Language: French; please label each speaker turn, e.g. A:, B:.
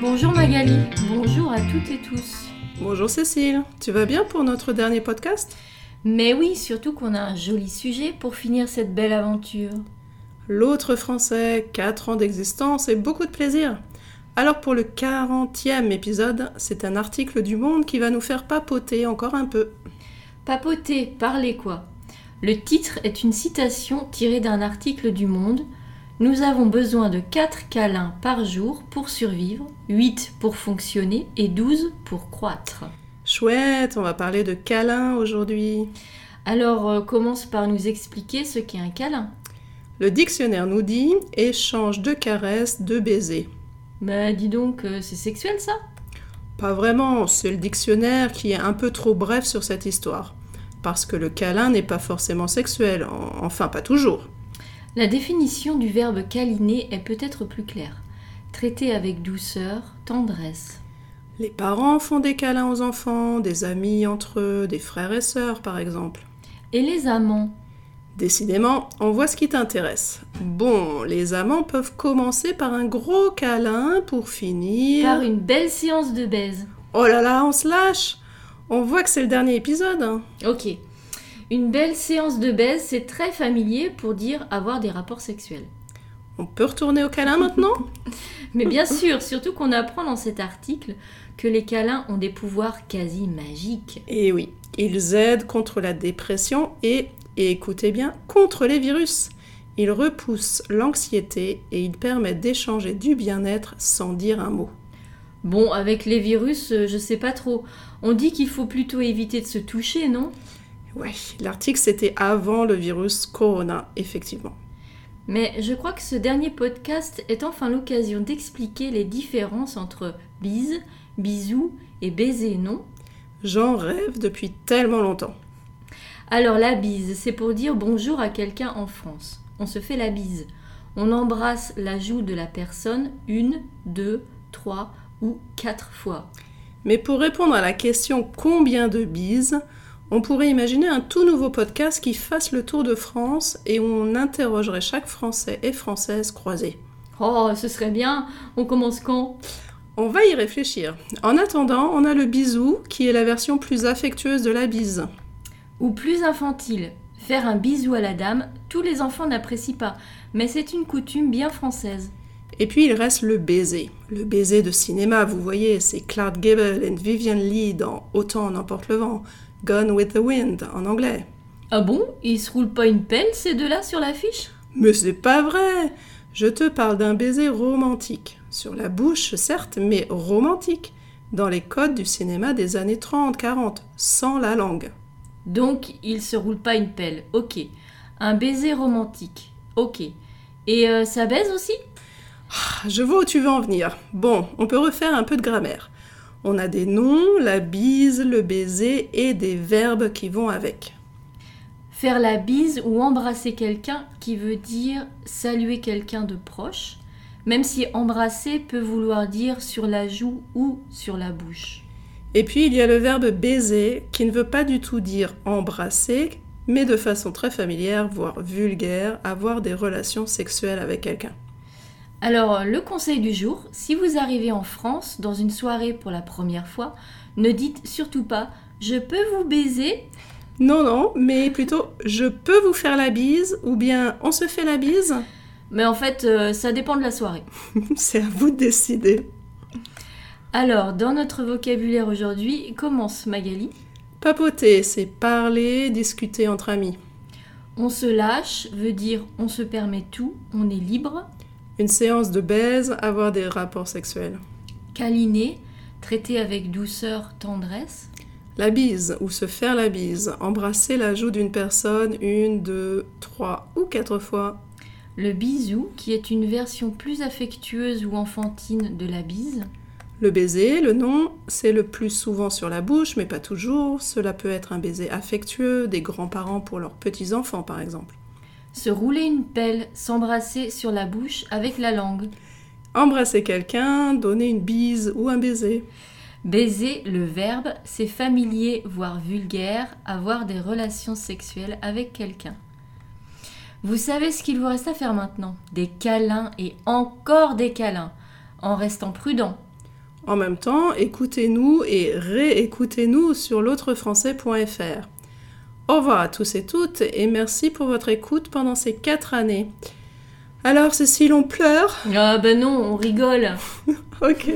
A: Bonjour Magali, bonjour à toutes et tous.
B: Bonjour Cécile, tu vas bien pour notre dernier podcast
A: Mais oui, surtout qu'on a un joli sujet pour finir cette belle aventure.
B: L'autre français, 4 ans d'existence et beaucoup de plaisir. Alors pour le 40e épisode, c'est un article du Monde qui va nous faire papoter encore un peu.
A: Papoter, parler quoi Le titre est une citation tirée d'un article du Monde. Nous avons besoin de 4 câlins par jour pour survivre, 8 pour fonctionner et 12 pour croître.
B: Chouette, on va parler de câlin aujourd'hui.
A: Alors euh, commence par nous expliquer ce qu'est un câlin.
B: Le dictionnaire nous dit échange de caresses, de baisers.
A: Bah dis donc, euh, c'est sexuel ça
B: Pas vraiment, c'est le dictionnaire qui est un peu trop bref sur cette histoire. Parce que le câlin n'est pas forcément sexuel, en- enfin pas toujours.
A: La définition du verbe câliner est peut-être plus claire. Traiter avec douceur, tendresse.
B: Les parents font des câlins aux enfants, des amis entre eux, des frères et sœurs par exemple.
A: Et les amants
B: Décidément, on voit ce qui t'intéresse. Bon, les amants peuvent commencer par un gros câlin pour finir.
A: Par une belle séance de baise.
B: Oh là là, on se lâche On voit que c'est le dernier épisode. hein.
A: Ok. Une belle séance de baise, c'est très familier pour dire avoir des rapports sexuels.
B: On peut retourner au câlin maintenant
A: Mais bien sûr, surtout qu'on apprend dans cet article que les câlins ont des pouvoirs quasi magiques.
B: Eh oui, ils aident contre la dépression et, et écoutez bien, contre les virus. Ils repoussent l'anxiété et ils permettent d'échanger du bien-être sans dire un mot.
A: Bon, avec les virus, euh, je sais pas trop. On dit qu'il faut plutôt éviter de se toucher, non
B: Ouais, l'article c'était avant le virus corona, effectivement.
A: Mais je crois que ce dernier podcast est enfin l'occasion d'expliquer les différences entre bise, bisou et baiser, non
B: J'en rêve depuis tellement longtemps.
A: Alors la bise, c'est pour dire bonjour à quelqu'un en France. On se fait la bise. On embrasse la joue de la personne une, deux, trois ou quatre fois.
B: Mais pour répondre à la question combien de bises, on pourrait imaginer un tout nouveau podcast qui fasse le tour de France et où on interrogerait chaque Français et Française croisée.
A: Oh, ce serait bien. On commence quand
B: On va y réfléchir. En attendant, on a le bisou qui est la version plus affectueuse de la bise.
A: Ou plus infantile, faire un bisou à la dame, tous les enfants n'apprécient pas, mais c'est une coutume bien française.
B: Et puis il reste le baiser. Le baiser de cinéma, vous voyez, c'est Clark Gable and Vivian Lee dans Autant en emporte le vent, Gone with the Wind en anglais.
A: Ah bon Ils se roulent pas une pelle ces deux-là sur l'affiche
B: Mais c'est pas vrai Je te parle d'un baiser romantique. Sur la bouche, certes, mais romantique. Dans les codes du cinéma des années 30-40, sans la langue.
A: Donc, ils se roulent pas une pelle. Ok. Un baiser romantique. Ok. Et euh, ça baise aussi
B: Ah, Je vois où tu veux en venir. Bon, on peut refaire un peu de grammaire. On a des noms, la bise, le baiser et des verbes qui vont avec.
A: Faire la bise ou embrasser quelqu'un qui veut dire saluer quelqu'un de proche, même si embrasser peut vouloir dire sur la joue ou sur la bouche.
B: Et puis il y a le verbe baiser qui ne veut pas du tout dire embrasser, mais de façon très familière, voire vulgaire, avoir des relations sexuelles avec quelqu'un.
A: Alors, le conseil du jour, si vous arrivez en France dans une soirée pour la première fois, ne dites surtout pas je peux vous baiser,
B: Non, non, mais plutôt je peux vous faire la bise ou bien on se fait la bise.
A: mais en fait, euh, ça dépend de la soirée.
B: C'est à vous de décider.
A: Alors, dans notre vocabulaire aujourd'hui, commence Magali.
B: Papoter, c'est parler, discuter entre amis.
A: On se lâche veut dire on se permet tout, on est libre.
B: Une séance de baise, avoir des rapports sexuels.
A: Câliner, traiter avec douceur, tendresse.
B: La bise ou se faire la bise, embrasser la joue d'une personne une, deux, trois ou quatre fois.
A: Le bisou, qui est une version plus affectueuse ou enfantine de la bise.
B: Le baiser, le nom, c'est le plus souvent sur la bouche, mais pas toujours. Cela peut être un baiser affectueux des grands-parents pour leurs petits-enfants, par exemple.
A: Se rouler une pelle, s'embrasser sur la bouche avec la langue.
B: Embrasser quelqu'un, donner une bise ou un baiser.
A: Baiser, le verbe, c'est familier, voire vulgaire, avoir des relations sexuelles avec quelqu'un. Vous savez ce qu'il vous reste à faire maintenant Des câlins et encore des câlins, en restant prudent.
B: En même temps, écoutez-nous et réécoutez-nous sur l'autrefrançais.fr. Au revoir à tous et toutes et merci pour votre écoute pendant ces quatre années. Alors,
A: bah
B: Cécile, on pleure
A: Ah ben non, on rigole.
B: Ok.